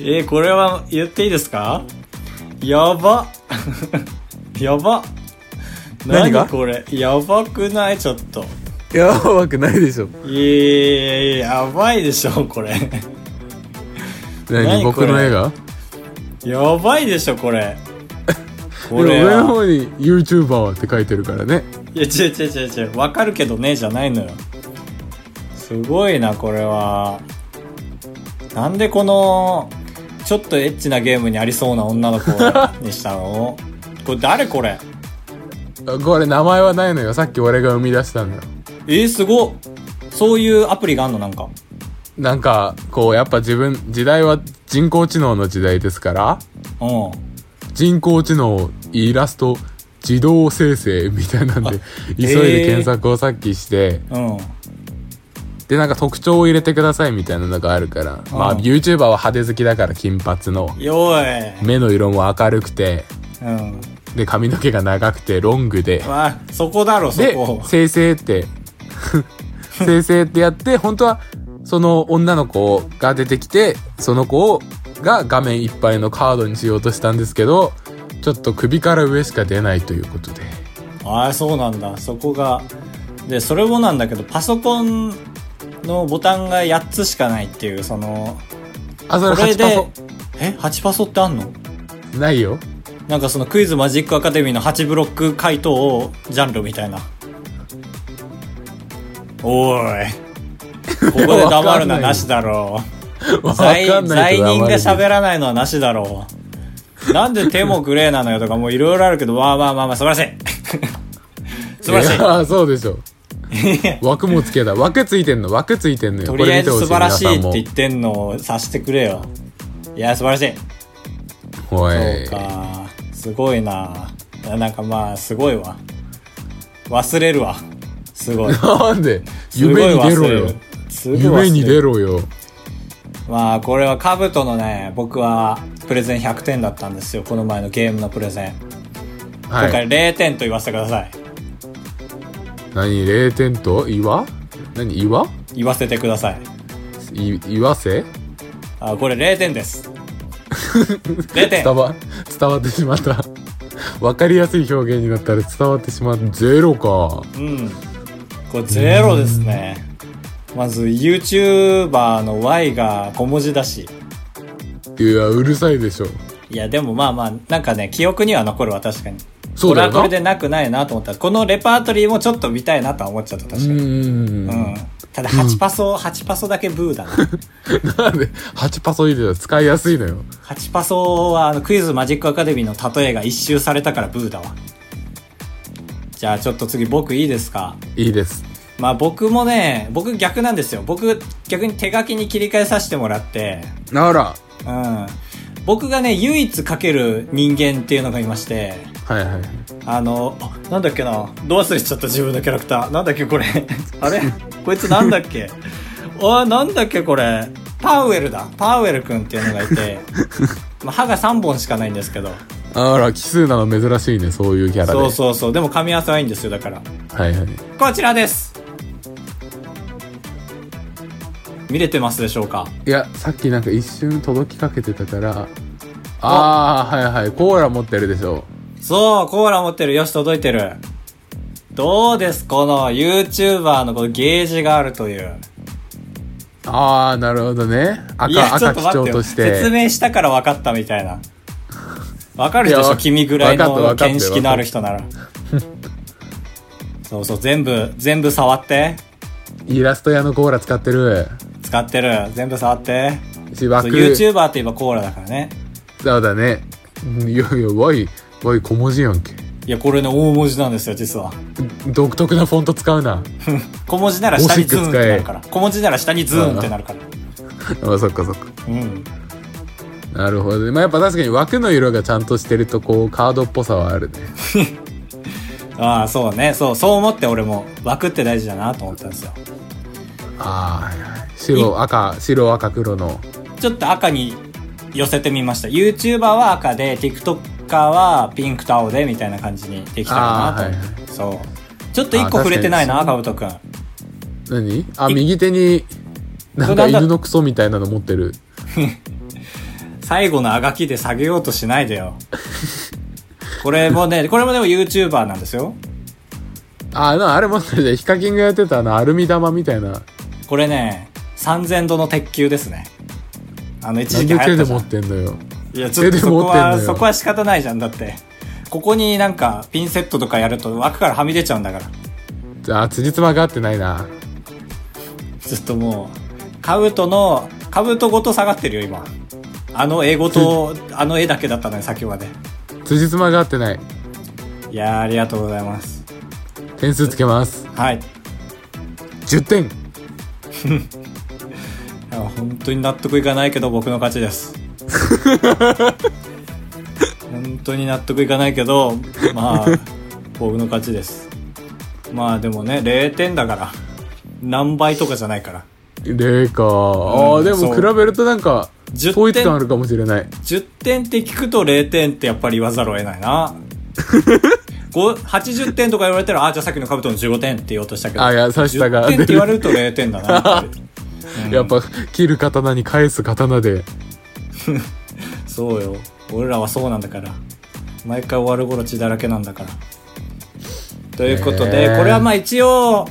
[SPEAKER 2] えーこれは言っていいですかやば *laughs* やば
[SPEAKER 1] 何が
[SPEAKER 2] これやばくないちょっと
[SPEAKER 1] やばくないでしょ。
[SPEAKER 2] いえやばいでしょこれ
[SPEAKER 1] 何
[SPEAKER 2] 何こ
[SPEAKER 1] 僕
[SPEAKER 2] れ
[SPEAKER 1] の絵が
[SPEAKER 2] やば *laughs* いでしょこれ
[SPEAKER 1] でも
[SPEAKER 2] これ
[SPEAKER 1] 上の
[SPEAKER 2] は
[SPEAKER 1] 方に YouTuber って書いてるからね。
[SPEAKER 2] いや違う違う違う違うわかるけどねじゃないのよすごいなこれはなんでこのちょっとエッチなゲームにありそうな女の子にしたのこれ誰これ
[SPEAKER 1] あこれ名前はないのよ。さっき俺が生み出したんだよ。
[SPEAKER 2] えー、すごっそういうアプリがあんのなんか
[SPEAKER 1] なんか、こう、やっぱ自分、時代は人工知能の時代ですから、
[SPEAKER 2] うん
[SPEAKER 1] 人工知能イラスト自動生成みたい
[SPEAKER 2] *laughs*
[SPEAKER 1] なんで、急いで検索をさっきして、
[SPEAKER 2] うん
[SPEAKER 1] で、なんか特徴を入れてくださいみたいなのがあるから、まあ、
[SPEAKER 2] うん
[SPEAKER 1] YouTuber は派手好きだから金髪の、
[SPEAKER 2] よい
[SPEAKER 1] 目の色も明るくて、
[SPEAKER 2] うん
[SPEAKER 1] で、髪の毛が長くて、ロングで、
[SPEAKER 2] まあそこだろそ
[SPEAKER 1] で
[SPEAKER 2] こ、
[SPEAKER 1] 生成って、 *laughs* 生成ってやって、本当は、その女の子が出てきて、その子を、が画面いっぱいのカードにしようとしたんですけど、ちょっと首から上しか出ないということで。
[SPEAKER 2] ああそうなんだそこがでそれもなんだけどパソコンのボタンが8つしかないっていうその
[SPEAKER 1] あ、それ
[SPEAKER 2] これ
[SPEAKER 1] 8
[SPEAKER 2] で
[SPEAKER 1] パソ。
[SPEAKER 2] え8パソってあんの
[SPEAKER 1] ないよ。
[SPEAKER 2] なんかそのクイズマジックアカデミーの8ブロック回答をジャンルみたいなおーいここで黙るのはなしだろ
[SPEAKER 1] *laughs*
[SPEAKER 2] う
[SPEAKER 1] わか
[SPEAKER 2] 罪
[SPEAKER 1] んない
[SPEAKER 2] 罪
[SPEAKER 1] けど
[SPEAKER 2] 人が
[SPEAKER 1] あんまり
[SPEAKER 2] 喋らないのはなしだろうなんで手もグレーなのよとかもういろいろあるけどまあまあまあまあ素晴らしい
[SPEAKER 1] *laughs*
[SPEAKER 2] 素晴らしい
[SPEAKER 1] やそうでしょ。枠もつけた。枠ついてんの、枠ついてんのよ。
[SPEAKER 2] とりあえず
[SPEAKER 1] これ
[SPEAKER 2] 素
[SPEAKER 1] 見てほ
[SPEAKER 2] 晴らしいって
[SPEAKER 1] 皆
[SPEAKER 2] 言ってんのを察してくれよ。いや、素晴らしい。
[SPEAKER 1] さんも。お
[SPEAKER 2] そう
[SPEAKER 1] い。
[SPEAKER 2] か。すごいな。なんかまあ、すごいわ。忘れるわ。すごい。
[SPEAKER 1] なんで、
[SPEAKER 2] す
[SPEAKER 1] *laughs*
[SPEAKER 2] ごい
[SPEAKER 1] 夢に出
[SPEAKER 2] 忘
[SPEAKER 1] ろ
[SPEAKER 2] れる
[SPEAKER 1] よ。
[SPEAKER 2] すごい忘れる
[SPEAKER 1] 夢に出ろよ。
[SPEAKER 2] まあ、これはカブトのね、僕はプレゼン100点だったんですよ。この前のゲームのプレゼン。
[SPEAKER 1] は
[SPEAKER 2] 今
[SPEAKER 1] い。
[SPEAKER 2] 回0点と言わせてください。
[SPEAKER 1] 何、0点と岩何、岩
[SPEAKER 2] 言わせてください。
[SPEAKER 1] い言わせ
[SPEAKER 2] あ、これ0
[SPEAKER 1] *laughs*
[SPEAKER 2] 点です。0点
[SPEAKER 1] 伝。わ伝わってしまった *laughs* 分かりやすい表現になったら伝わってしまうゼロか
[SPEAKER 2] うん。これゼロですね。まず YouTuber の Y が小文字だし。
[SPEAKER 1] いやうるさいでしょ
[SPEAKER 2] いや、でもまあまあ、なんかね、記憶には残るわ、確かに。
[SPEAKER 1] そうだよ
[SPEAKER 2] これはこ
[SPEAKER 1] な
[SPEAKER 2] れでなくないなと思った。このレパートリーもちょっと見たいなとは思っちゃった、
[SPEAKER 1] う
[SPEAKER 2] 確かに。
[SPEAKER 1] ーん
[SPEAKER 2] うん。ただ、8パソ、8パソだけブーだな。
[SPEAKER 1] なんで8パソ入れたら使いやすいのよ
[SPEAKER 2] 8パソは、あの、クイズマジックアカデミーの例えが一周されたからブーだわ。じゃあ、ちょっと次僕いいですか
[SPEAKER 1] いいです
[SPEAKER 2] まあ僕もね、僕逆なんですよ。僕、逆に手書きに切り替えさせてもらって、
[SPEAKER 1] あら
[SPEAKER 2] うん。僕がね、唯一書ける人間っていうのがいまして、
[SPEAKER 1] はいはい
[SPEAKER 2] あの、あなんだっけな、どう忘れちゃった自分のキャラクター。なんだっけこれ。あれこいつなんだっけ *laughs* おい、なんだっけこれ。パウエルだ。パウエルくんっていうのがいて、まあ、歯が3本しかないんですけど、
[SPEAKER 1] あら奇数なの珍しいねそういうキャラで
[SPEAKER 2] そうそうそう。でも噛み合わせはいいんですよ、だから。
[SPEAKER 1] はいはい
[SPEAKER 2] こちらです見れてますでしょうか
[SPEAKER 1] いやさっきなんか一瞬届きかけてたからああーはいはいコーラ持ってるでしょ
[SPEAKER 2] そう、コーラ持ってる。よし、届いてる。どうですこの YouTuber のこのゲージがあるという。
[SPEAKER 1] ああなるほどね
[SPEAKER 2] いや
[SPEAKER 1] 赤
[SPEAKER 2] ちょっ
[SPEAKER 1] 赤基
[SPEAKER 2] と待っ
[SPEAKER 1] 調
[SPEAKER 2] て
[SPEAKER 1] と
[SPEAKER 2] よ。
[SPEAKER 1] して
[SPEAKER 2] 説明したから分かったみたいな。分かるで
[SPEAKER 1] い
[SPEAKER 2] しょ
[SPEAKER 1] や
[SPEAKER 2] 君ぐらい
[SPEAKER 1] 分かった
[SPEAKER 2] の
[SPEAKER 1] 分かった
[SPEAKER 2] 見識のある人
[SPEAKER 1] *laughs*
[SPEAKER 2] なら。そうそう、全部、全部触って。
[SPEAKER 1] イラスト屋のコーラ使ってる
[SPEAKER 2] 使ってる。全部触って。
[SPEAKER 1] し
[SPEAKER 2] そう
[SPEAKER 1] 枠
[SPEAKER 2] YouTuber って言えばコーラだからね。
[SPEAKER 1] そうだね。いやいや、Y、Y 小文字やんけ。
[SPEAKER 2] いや、これね、大文字なんですよ、実は。
[SPEAKER 1] 独特なフォント使うな。 *laughs*
[SPEAKER 2] 小文字なら下にズーンってなるから。小文字なら下にズーンってなるから。
[SPEAKER 1] あ、そっかそっか。
[SPEAKER 2] うん。
[SPEAKER 1] なるほどね。まあ、やっぱ確かに枠の色がちゃんとしてると、こう、カードっぽさはあるね。
[SPEAKER 2] ああ、そうね。そう、そう思って俺も枠って大事だなと思ったんですよ。
[SPEAKER 1] ああ、はいはい。白、赤、白、赤、黒の。
[SPEAKER 2] ちょっと赤に寄せてみました。YouTuber は赤で、TikToker はピンクと青で、みたいな感じにできたらなと思って。
[SPEAKER 1] あ
[SPEAKER 2] そう。ちょっと一個触れてないな、かぶとくん。
[SPEAKER 1] 何あ、右手に、なんか犬のクソみたいなの持ってる。
[SPEAKER 2] 最後のあがきで下げようとしないでよ。 *laughs* これもね、これもでも YouTuber なんですよ。
[SPEAKER 1] あ、なあれもしかしてヒカキンがやってたあのアルミ玉みたいな。
[SPEAKER 2] これね、3000度の鉄球ですね。あの、一
[SPEAKER 1] な
[SPEAKER 2] 時
[SPEAKER 1] ん
[SPEAKER 2] 期流
[SPEAKER 1] で
[SPEAKER 2] 行
[SPEAKER 1] 手
[SPEAKER 2] っ
[SPEAKER 1] で
[SPEAKER 2] たじ
[SPEAKER 1] 持
[SPEAKER 2] ゃ
[SPEAKER 1] ってん
[SPEAKER 2] ん
[SPEAKER 1] のよ。
[SPEAKER 2] いや、ちょっ
[SPEAKER 1] 手
[SPEAKER 2] と
[SPEAKER 1] で
[SPEAKER 2] そ
[SPEAKER 1] 持っ
[SPEAKER 2] こ
[SPEAKER 1] てんの
[SPEAKER 2] は、
[SPEAKER 1] よ
[SPEAKER 2] そこは仕方ないじゃん。だって、ここになんかピンセットとかやると枠からはみ出ちゃうんだから。
[SPEAKER 1] あ、辻褄が合ってないな。
[SPEAKER 2] ちょっともう、カブトの、カブトごと下がってるよ、今。あの絵ごと、あの絵だけだったのよ、先まで。
[SPEAKER 1] 辻褄が合ってない。
[SPEAKER 2] いやー、ありがとうございます。
[SPEAKER 1] 点数つけます。
[SPEAKER 2] はい。
[SPEAKER 1] 10点。
[SPEAKER 2] いや本当に納得いかないけど、僕の勝ちです。本当に納得いかないけど、まあ、僕の勝ちです。まあでもね、0点だから。何倍とかじゃないから。
[SPEAKER 1] 0か。あ
[SPEAKER 2] う
[SPEAKER 1] あ、
[SPEAKER 2] ん
[SPEAKER 1] でも
[SPEAKER 2] そう
[SPEAKER 1] 比べるとなんか、
[SPEAKER 2] 10
[SPEAKER 1] 統一
[SPEAKER 2] 点
[SPEAKER 1] 感あるかもしれない。
[SPEAKER 2] 10点って聞くと0点ってやっぱり言わざるを得な
[SPEAKER 1] *laughs*
[SPEAKER 2] いな。ご80点とか言われたら、あ、じゃあさっきのカブトの15点って言おうとしたけど。
[SPEAKER 1] あいや差し差が
[SPEAKER 2] 10点って言われると0点
[SPEAKER 1] *laughs*
[SPEAKER 2] だなって。うん
[SPEAKER 1] やっぱ、切る刀に返す刀で。
[SPEAKER 2] そうよ。俺らはそうなんだから。毎回終わる頃血だらけなんだから。ということ
[SPEAKER 1] ね
[SPEAKER 2] で、
[SPEAKER 1] え
[SPEAKER 2] これはまあ一応、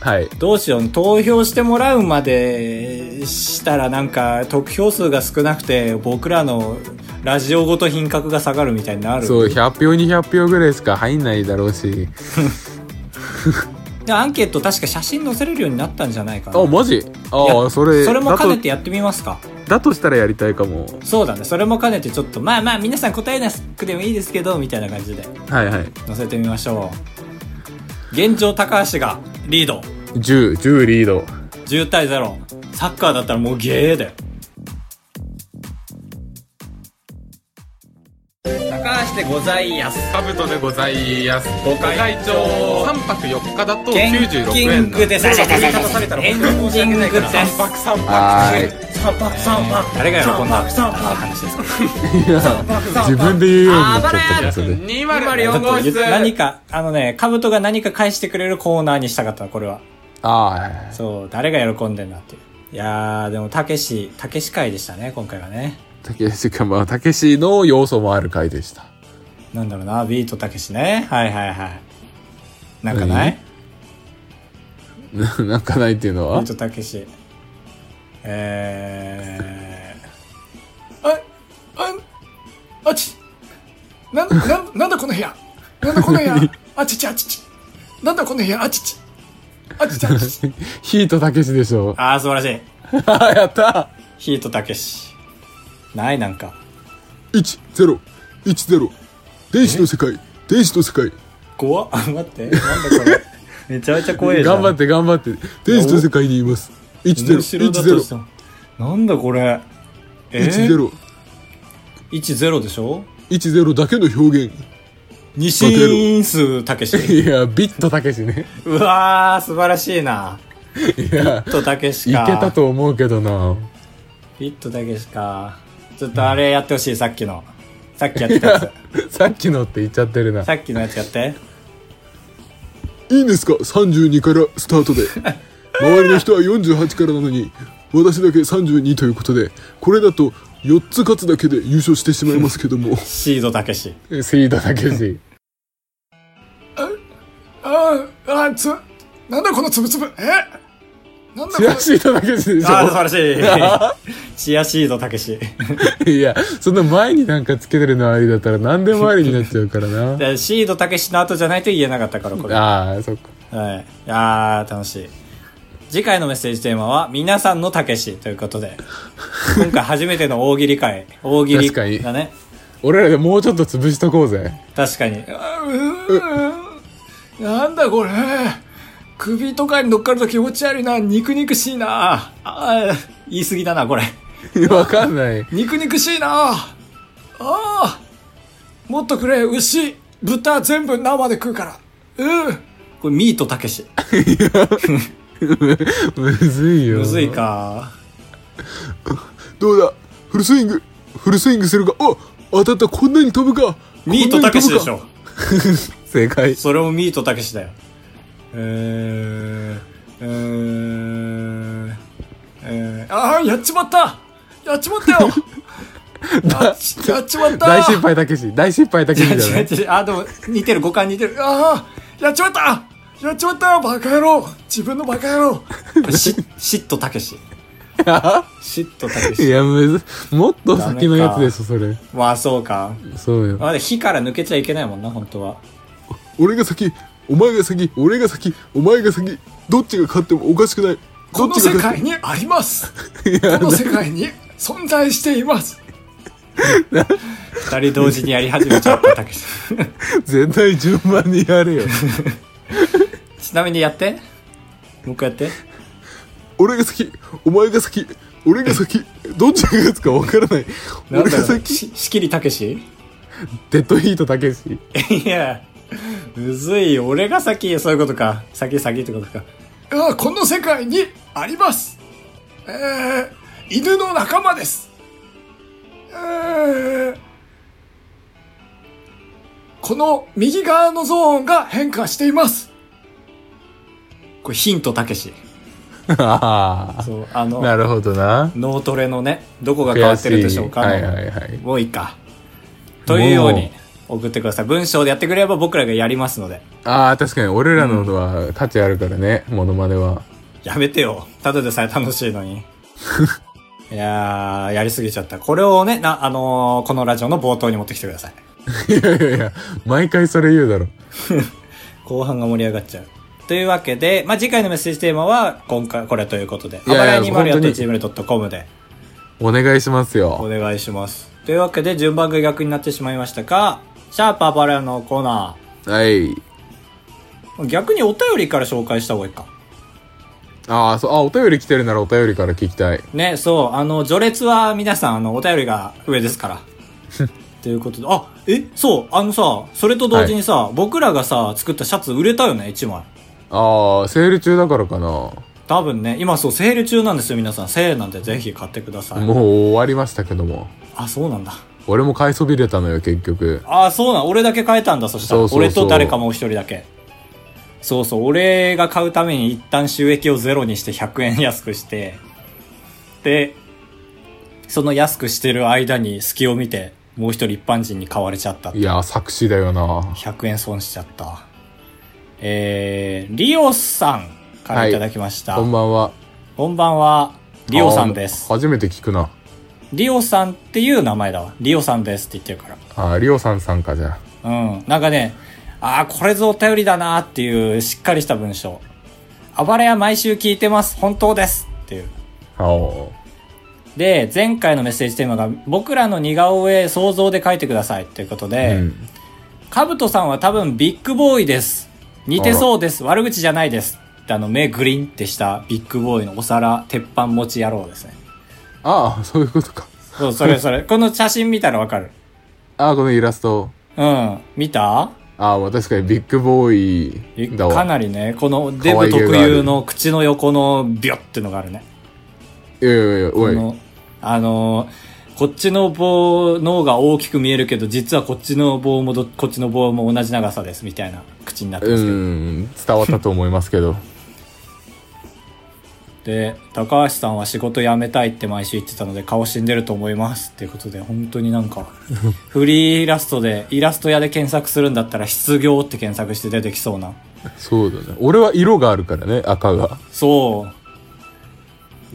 [SPEAKER 1] はい。
[SPEAKER 2] どうしよう、投票してもらうまでしたらなんか、得票数が少なくて、僕らのラジオごと品格が下がるみたいになる。
[SPEAKER 1] そう、100票200票ぐらいしか入んないだろうし。
[SPEAKER 2] でアンケート確か写真載せれるようになったんじゃないかな。
[SPEAKER 1] あ、マジ
[SPEAKER 2] い
[SPEAKER 1] あ
[SPEAKER 2] や
[SPEAKER 1] あ、それ、
[SPEAKER 2] それも
[SPEAKER 1] だ
[SPEAKER 2] 兼
[SPEAKER 1] と
[SPEAKER 2] ねてやってみますか。
[SPEAKER 1] だとしたらやりたいかも。
[SPEAKER 2] そうだね。それも兼ねてちょっと、まあまあ皆さん答えなくてもいいですけど、みたいな感じで
[SPEAKER 1] はいはい。
[SPEAKER 2] 載せてみましょう。現状高橋がリード。
[SPEAKER 1] 10、10リード。
[SPEAKER 2] 10対0。サッカーだったらもうゲーだよ。高橋でございやす。
[SPEAKER 1] カブトでございます。ご
[SPEAKER 2] 会長
[SPEAKER 1] 3泊4日だと
[SPEAKER 2] エンディングでさ、エンディングです。
[SPEAKER 1] 三泊。はい。
[SPEAKER 2] 誰が喜んだ話ですか
[SPEAKER 1] いや、自分で言うようになっちゃったけど、それ。
[SPEAKER 2] ちょっと言って何か、あのね、カブトが何か返してくれるコーナーにしたかったの、これは。
[SPEAKER 1] ああ、
[SPEAKER 2] そう、誰が喜んでんだっていう。いやー、でも、たけし、たけし会でしたね、今回はね。
[SPEAKER 1] たけしか、まあ、たけしの要素もある回でした。 *laughs*
[SPEAKER 2] なんだろうな、ビートたけしね。はいはいはい。なんかない
[SPEAKER 1] ななんかないっていうの
[SPEAKER 2] ビ
[SPEAKER 1] は
[SPEAKER 2] ートたけし。えー。あ、あ、あち
[SPEAKER 3] なん、なん、なんだこの部屋なんだこの部屋あちちあちち。なんだこの部屋あちち。あちちあ
[SPEAKER 1] *laughs*
[SPEAKER 3] ちち。
[SPEAKER 1] ヒートたけしでしょ。
[SPEAKER 2] あー、素晴らしい。
[SPEAKER 1] *laughs* あやった
[SPEAKER 2] ヒートたけし。ないなんか。
[SPEAKER 1] !1、0、1、0。天使の世界、天使の世界。
[SPEAKER 2] 怖っ。 *laughs* 待って。なんだこれ。めちゃめちゃ怖いじゃん。
[SPEAKER 1] 頑張って頑張って。天使の世界にいます。1、
[SPEAKER 2] 面白
[SPEAKER 1] 0、
[SPEAKER 2] いだ
[SPEAKER 1] 1、
[SPEAKER 2] とし
[SPEAKER 1] 0。
[SPEAKER 2] たなんだこれ。えー、
[SPEAKER 1] 1-0
[SPEAKER 2] 1-0でしょ
[SPEAKER 1] 1-0だけの表現
[SPEAKER 2] 二進数
[SPEAKER 1] *laughs*
[SPEAKER 2] たけし。
[SPEAKER 1] いやビットたけしね
[SPEAKER 2] うわー、素晴らしいな。
[SPEAKER 1] いや
[SPEAKER 2] ビットたけし
[SPEAKER 1] い
[SPEAKER 2] か。
[SPEAKER 1] けた。と思うけどな *laughs*
[SPEAKER 2] ビットたけしか。ちょっとあれやってほしい、さっきの。さっきやってた
[SPEAKER 1] *laughs*
[SPEAKER 2] やつ。
[SPEAKER 1] さっきのって言っちゃってるな
[SPEAKER 2] さっきのやつやって。
[SPEAKER 1] いいんですか32からスタートで周りの人は48からなのに私だけ32ということでこれだと4つ勝つだけで優勝してしまいますけど *laughs* も
[SPEAKER 2] シードたけし。
[SPEAKER 1] スイートたけ *laughs* し
[SPEAKER 3] ああ、つ、なんだこのつぶつぶ。えなんだこ
[SPEAKER 1] チ
[SPEAKER 3] の
[SPEAKER 1] アシートたけしでし
[SPEAKER 2] あ
[SPEAKER 1] ょ
[SPEAKER 2] あ、素晴らし
[SPEAKER 1] *laughs*
[SPEAKER 2] い。チアシードたけし。
[SPEAKER 1] いやその前になんかつけてるのありだったら何でも *laughs* ありになっちゃうからな
[SPEAKER 2] でシードたけしの後じゃないと言えなかったから、これ。は
[SPEAKER 1] ああそっか
[SPEAKER 2] い。あー、楽しい。次回のメッセージテーマは、皆さんのたけしということで。今回初めての大喜利会。大喜利
[SPEAKER 1] 確かに
[SPEAKER 2] だね。
[SPEAKER 1] 俺らでもうちょっと潰しとこう *laughs* ぜ
[SPEAKER 2] 確かに。
[SPEAKER 3] あうーんなんだこれ。首とかに乗っかると気持ち悪いな。肉肉しいな。
[SPEAKER 2] あー言い過ぎだな、これ。
[SPEAKER 1] わかんない
[SPEAKER 3] 肉肉しいな。ああ。もっとくれ、牛、豚全部生で食うから。うん。
[SPEAKER 2] これ、ミートたけし。
[SPEAKER 1] むずいよ
[SPEAKER 2] むずいか。
[SPEAKER 1] どうだフルスイングフルスイングするかあ当たったこんなに飛ぶか
[SPEAKER 2] ミートたけしでしょ。
[SPEAKER 1] *laughs* 正解
[SPEAKER 2] それもミートたけしだよ。えー、えうーん。え
[SPEAKER 3] ああ、やっちまったやっちまったよやっちやっちまった
[SPEAKER 1] 大失敗たけし、大失敗たけしじゃな
[SPEAKER 2] ー、違
[SPEAKER 1] いう
[SPEAKER 2] 違う。あ、でも、似てる、五感似てる。
[SPEAKER 3] ああ、やっちまったやっちまったよバカ野郎自分のバカ野郎
[SPEAKER 2] し、嫉妬たけし。嫉妬たけ
[SPEAKER 1] *laughs* い
[SPEAKER 2] し。
[SPEAKER 1] や、むず、もっと先のやつでしょ、それ。
[SPEAKER 2] まあ、そうか。
[SPEAKER 1] そうよ。
[SPEAKER 2] まだ火から抜けちゃいけないもんな、本当は。
[SPEAKER 1] 俺が先、お前が先、俺が先、お前が先、どっちが勝ってもおかしくない。
[SPEAKER 3] この世界にありますこの世界に存在しています
[SPEAKER 2] 二人同時にやり始めちゃった、たけし。
[SPEAKER 1] 絶対順番にや *laughs* れよ。
[SPEAKER 2] ちなみにやって。もう一回やって。
[SPEAKER 1] 俺が先、お前が先、俺が先、どっちが勝つかわからない。
[SPEAKER 2] なん
[SPEAKER 1] 俺
[SPEAKER 2] だ
[SPEAKER 1] が
[SPEAKER 2] *laughs* ろう。
[SPEAKER 1] 先、
[SPEAKER 2] し、しきりたけし
[SPEAKER 1] デッドヒートたけ *laughs* し。
[SPEAKER 2] *laughs* いや、むずいよ。俺が先、そういうことか。先先ってことか。
[SPEAKER 3] ああこの世界にありますえー、犬の仲間ですえー、この右側のゾーンが変化しています
[SPEAKER 2] これヒントたけし。
[SPEAKER 1] あ
[SPEAKER 2] そう、あ
[SPEAKER 1] あ。
[SPEAKER 2] の、
[SPEAKER 1] なるほどな。
[SPEAKER 2] 脳トレのね、どこが変わ
[SPEAKER 1] 悔
[SPEAKER 2] ってるで
[SPEAKER 1] し
[SPEAKER 2] し
[SPEAKER 1] い。
[SPEAKER 2] ょうか
[SPEAKER 1] はいはいはい。
[SPEAKER 2] もういいか。というよう
[SPEAKER 1] も
[SPEAKER 2] に送ってください。文章でやってくれれば僕らがやりますので。
[SPEAKER 1] ああ、確かに俺らのは価値あるからね、モノマネは。
[SPEAKER 2] やめてよ。ただでさえ楽しいの
[SPEAKER 1] *laughs*
[SPEAKER 2] に。いやー、やりすぎちゃった。これをね、な、あのーこのラジオの冒頭に持ってきてくださ
[SPEAKER 1] い
[SPEAKER 2] い。
[SPEAKER 1] やいやいや、毎回それ言うだろ。
[SPEAKER 2] 後半が盛り上がっちゃう。というわけで、まあ、次回のメッセージテーマは、今回、これということで、
[SPEAKER 1] いやいや
[SPEAKER 2] あばらや 2020.com で
[SPEAKER 1] お願いします
[SPEAKER 2] お
[SPEAKER 1] よ。
[SPEAKER 2] 願いします。というわけで、順番が逆になってしまいましたが、シャープあばらやのコーナ
[SPEAKER 1] はい。
[SPEAKER 2] ー。逆にお便りから紹介した方がいいか。
[SPEAKER 1] ああ、そう、あ、お便り来てるならお便りから聞きたい。
[SPEAKER 2] ね、そう、あの、序列は皆さん、あの、お便りが上ですから。ということで、あ、え、そう、あのさ、それと同時にさ、僕らがさ、作ったシャツ売れたよね、1枚。
[SPEAKER 1] ああ、セール中だからかな。も
[SPEAKER 2] 多分ね、今そう、セール中なんですよ、皆さん。セールなんでぜひ買ってくださ
[SPEAKER 1] う
[SPEAKER 2] い。
[SPEAKER 1] 終わりましたけども。
[SPEAKER 2] あ、そうなんだ。
[SPEAKER 1] 俺も買いそびれたのよ、結局。
[SPEAKER 2] あ、そうなん、俺だけ買えたんだ、そしたら。
[SPEAKER 1] そうそうそう
[SPEAKER 2] 俺と誰かもう一人だけ。そうそう、俺が買うために一旦収益をゼロにして100円安くして、で、その安くしてる間に隙を見て、もう一人一般人に買われちゃったっていう
[SPEAKER 1] いやー、作詞だよな。
[SPEAKER 2] 100円損しちゃった。えー、リオさんからいただきました。
[SPEAKER 1] こんばんは。
[SPEAKER 2] こんばんは、リオさんです
[SPEAKER 1] あ。ー初めて聞くな。
[SPEAKER 2] リオさんっていう名前だわ。リオさんですって言ってるから。
[SPEAKER 1] あー、リオさんさんか、じゃ
[SPEAKER 2] うん。なんかね、ああ、これぞお便りだなっていうしっかりした文章。暴れ屋毎週聞いてます。本当ですっていう。
[SPEAKER 1] あ。あー
[SPEAKER 2] で、前回のメッセージテーマが、僕らの似顔絵想像で書いてくださいっていうことで、
[SPEAKER 1] うん。
[SPEAKER 2] カブトさんは多分ビッグボーイです。似てそうです。悪口じゃないです。ってあの、目グリンってしたビッグボーイのお皿、鉄板持ち野郎ですね。
[SPEAKER 1] ああ、そういうことか。
[SPEAKER 2] そう、それそ
[SPEAKER 1] *laughs*
[SPEAKER 2] れ。この写真見たらわかる。
[SPEAKER 1] ああ、このイラスト。
[SPEAKER 2] うん。見た
[SPEAKER 1] ああ、まあ確かにビッグボーイだ
[SPEAKER 2] か
[SPEAKER 1] わ。
[SPEAKER 2] なりね、このデブ
[SPEAKER 1] 可愛げが
[SPEAKER 2] 特
[SPEAKER 1] ある
[SPEAKER 2] 有の口の横のビョってのがあるね。
[SPEAKER 1] いやいやいや、
[SPEAKER 2] こ
[SPEAKER 1] おい。
[SPEAKER 2] の、あのーこっちの棒の方が大きく見えるけど、実はこっちの棒もど、こっちの棒も同じ長さです、みたいな口になってま
[SPEAKER 1] う
[SPEAKER 2] すけど。
[SPEAKER 1] ん、伝わったと思いますけど。
[SPEAKER 2] で、高橋さんは仕事辞めたいって毎週言ってたので、顔死んでると思います。っていうことで、本当にな
[SPEAKER 1] *laughs*
[SPEAKER 2] んか、フリーイラストで、イラスト屋で検索するんだったら、失業って検索して出てきそうな。
[SPEAKER 1] そうだね。俺は色があるからね、赤が。
[SPEAKER 2] そ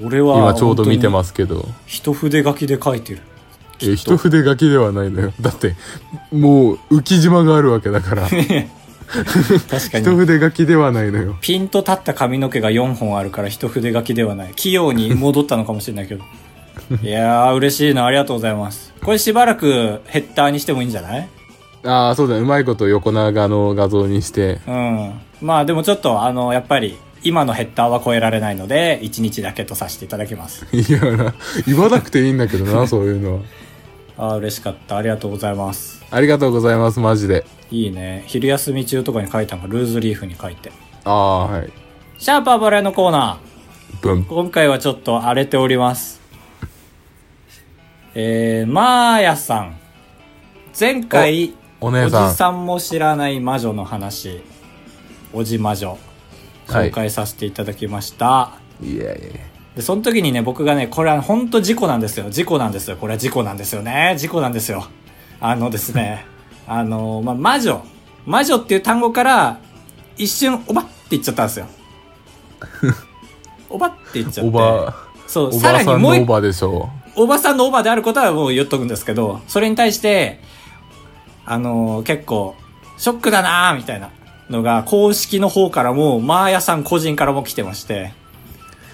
[SPEAKER 2] う。俺は、
[SPEAKER 1] 今ちょうど見て
[SPEAKER 2] す
[SPEAKER 1] ますけど。
[SPEAKER 2] 一筆書きで書いてる。
[SPEAKER 1] え、一筆書きではないのよ。 *laughs* だって、もう浮島があるわけだから。 *laughs* 一
[SPEAKER 2] 確かに。
[SPEAKER 1] 筆書きではないのよ。
[SPEAKER 2] ピンと立った髪の毛が4本あるから一筆書きではない。器用に戻ったのかもしれないけど。いやー、嬉しいな。ありがとうございます。これしばらくヘッダーにしてもいいんじゃない
[SPEAKER 1] ああ、そうだね。うまいこと横長の画像にして。
[SPEAKER 2] うん。まあでもちょっと、あの、やっぱり、今のヘッダーは超えられないので、1日だけとさせていただきます。
[SPEAKER 1] *laughs* いやな、言わなくていいんだけど *laughs* な、そういうのは。
[SPEAKER 2] あー、嬉しかった。ありがとうございます。
[SPEAKER 1] ありがとうございます、マジで。
[SPEAKER 2] いいね。昼休み中とかに書いたのがルーズリーフに書いて。
[SPEAKER 1] ああ、はい。
[SPEAKER 2] シャーパーバレーのコーナー。
[SPEAKER 1] ブン。
[SPEAKER 2] 今回はちょっと荒れております。えー、マーヤさん。前回、
[SPEAKER 1] お
[SPEAKER 2] お
[SPEAKER 1] 姉さん。
[SPEAKER 2] じさんも知らない魔女の話。おじ魔女。
[SPEAKER 1] はい
[SPEAKER 2] 紹介させていただきました。
[SPEAKER 1] いやいやいや
[SPEAKER 2] で、その時にね、僕がね、これは本当事故なんですよ。事故なんですよ。これは事故なんですよね。事故なんですよ。あのですね、 *laughs* あの、まあ、魔女。魔女っていう単語から、一瞬、おばって言っちゃったん
[SPEAKER 1] *laughs*
[SPEAKER 2] ですよ。おばって言っちゃって。
[SPEAKER 1] おば、
[SPEAKER 2] そ
[SPEAKER 1] お
[SPEAKER 2] う、
[SPEAKER 1] ば
[SPEAKER 2] さら
[SPEAKER 1] あ
[SPEAKER 2] に
[SPEAKER 1] さん
[SPEAKER 2] もう
[SPEAKER 1] の
[SPEAKER 2] 一
[SPEAKER 1] おばでしょ
[SPEAKER 2] おばさんのオーバーであることはもう言っとくんですけど、それに対して、あのー結構、ショックだなーみたいなのが、公式の方からも、マーヤさん個人からも来てまして、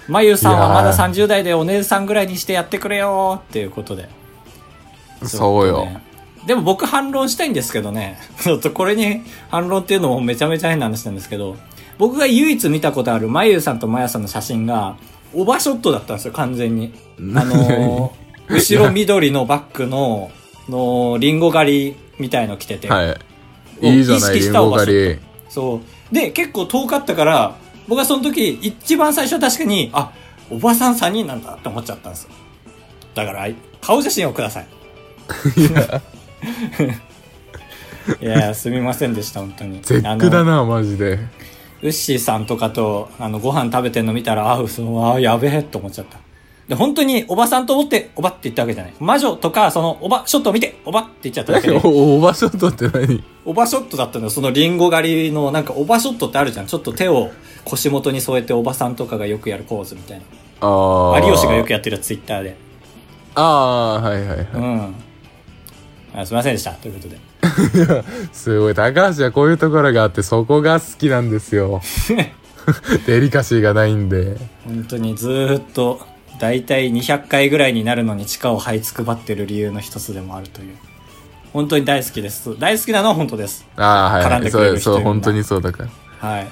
[SPEAKER 2] まゆさんはまだ
[SPEAKER 1] いやー
[SPEAKER 2] 30代でお姉さんぐらいにしてやってくれよーっていうことで。
[SPEAKER 1] う。そうよ。
[SPEAKER 2] でも僕反論したいんですけどね。 *laughs* ちょっとこれに反論っていうのもめちゃめちゃ変な話なんですけど、僕が唯一見たことあるまゆさんとまやさんの写真が、オバショットだったんですよ、完全に。あのー後ろ緑のバックの、の、リンゴ狩りみたいの着てて。
[SPEAKER 1] はい。いいじゃない、
[SPEAKER 2] 意識
[SPEAKER 1] リ
[SPEAKER 2] し
[SPEAKER 1] ン
[SPEAKER 2] た
[SPEAKER 1] ゴ
[SPEAKER 2] おばさん
[SPEAKER 1] 狩り。
[SPEAKER 2] そう。で、結構遠かったから、僕はその時、一番最初は確かに、あ、おばさん3人なんだって思っちゃったんですよ。だから、あい顔写真をください。いや、すみませんでした、本当に。
[SPEAKER 1] 絶句だ
[SPEAKER 2] あ
[SPEAKER 1] な、
[SPEAKER 2] の。
[SPEAKER 1] マジで。
[SPEAKER 2] ウッシーさんとかと、あの、ご飯食べてんの見たら、あ、そう、あ、やべえって思っちゃった。で、本当に、おばさんと思って、おばって言ったわけじゃない。魔女とか、その、おば、ショットを見て、おばって言っちゃっただけで。
[SPEAKER 1] *laughs* おおばショットって何
[SPEAKER 2] オバショットだったのよそのリンゴ狩りの、なんかオバショットってあるじゃん。ちょっと手を腰元に添えておばさんとかがよくやるポーズみたい
[SPEAKER 1] あ
[SPEAKER 2] な。
[SPEAKER 1] あ。
[SPEAKER 2] 有吉がよく
[SPEAKER 1] や
[SPEAKER 2] やってるツイッターで。
[SPEAKER 1] ああー、はいはいはい。
[SPEAKER 2] うん。あすいませんでした。ということで。
[SPEAKER 1] すごい。高橋はこういうところがあって、そこが好きなんです
[SPEAKER 2] *laughs*
[SPEAKER 1] よ。デリカシーがないんで。
[SPEAKER 2] 本当にずーっと、だいたい200回ぐらいになるのに地下を這いつくばってる理由の一つでもあるという。本当に大好きです。大好きなのは本当です。
[SPEAKER 1] ああ、
[SPEAKER 2] 絡
[SPEAKER 1] は
[SPEAKER 2] ん
[SPEAKER 1] い。
[SPEAKER 2] でく
[SPEAKER 1] そ
[SPEAKER 2] れる
[SPEAKER 1] う、
[SPEAKER 2] 人
[SPEAKER 1] そう、
[SPEAKER 2] いるんだ
[SPEAKER 1] 本当にそうだから。
[SPEAKER 2] はい。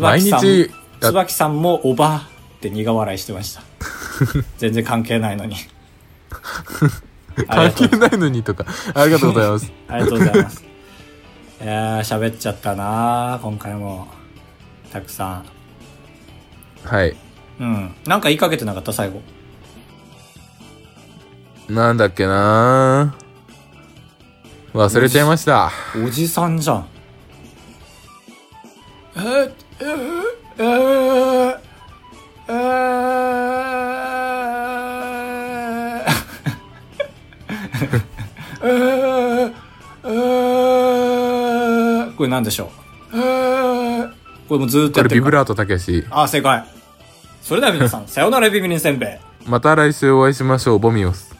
[SPEAKER 1] 毎
[SPEAKER 2] 椿さんも
[SPEAKER 1] 日、や
[SPEAKER 2] 椿さんもおばって苦笑いして
[SPEAKER 1] *laughs*
[SPEAKER 2] ました。全然関係ないのに。あり
[SPEAKER 1] 関
[SPEAKER 2] がとう
[SPEAKER 1] 係ないのにとか。ありがとうござい
[SPEAKER 2] *laughs*
[SPEAKER 1] ます。
[SPEAKER 2] ありがとうございます。いやー、喋っちゃったなー、今回も。たくさ
[SPEAKER 1] はい。
[SPEAKER 2] ん。うん。なんか言いかけてなかった、最後。
[SPEAKER 1] なんだっけな忘れちゃいました。
[SPEAKER 2] おじさんじゃん。
[SPEAKER 3] えーえーえーえーえーえー
[SPEAKER 2] これなんでしょう
[SPEAKER 3] えー
[SPEAKER 2] これもうずーっと
[SPEAKER 1] こ
[SPEAKER 2] や
[SPEAKER 1] れ
[SPEAKER 2] って
[SPEAKER 1] ビ
[SPEAKER 2] る
[SPEAKER 1] ブ
[SPEAKER 2] から。
[SPEAKER 1] ラートたけし。
[SPEAKER 2] あー、正解。それでは皆さん、さようならビビリンせんべい。
[SPEAKER 1] また来週お会いしましょう。ボミオス。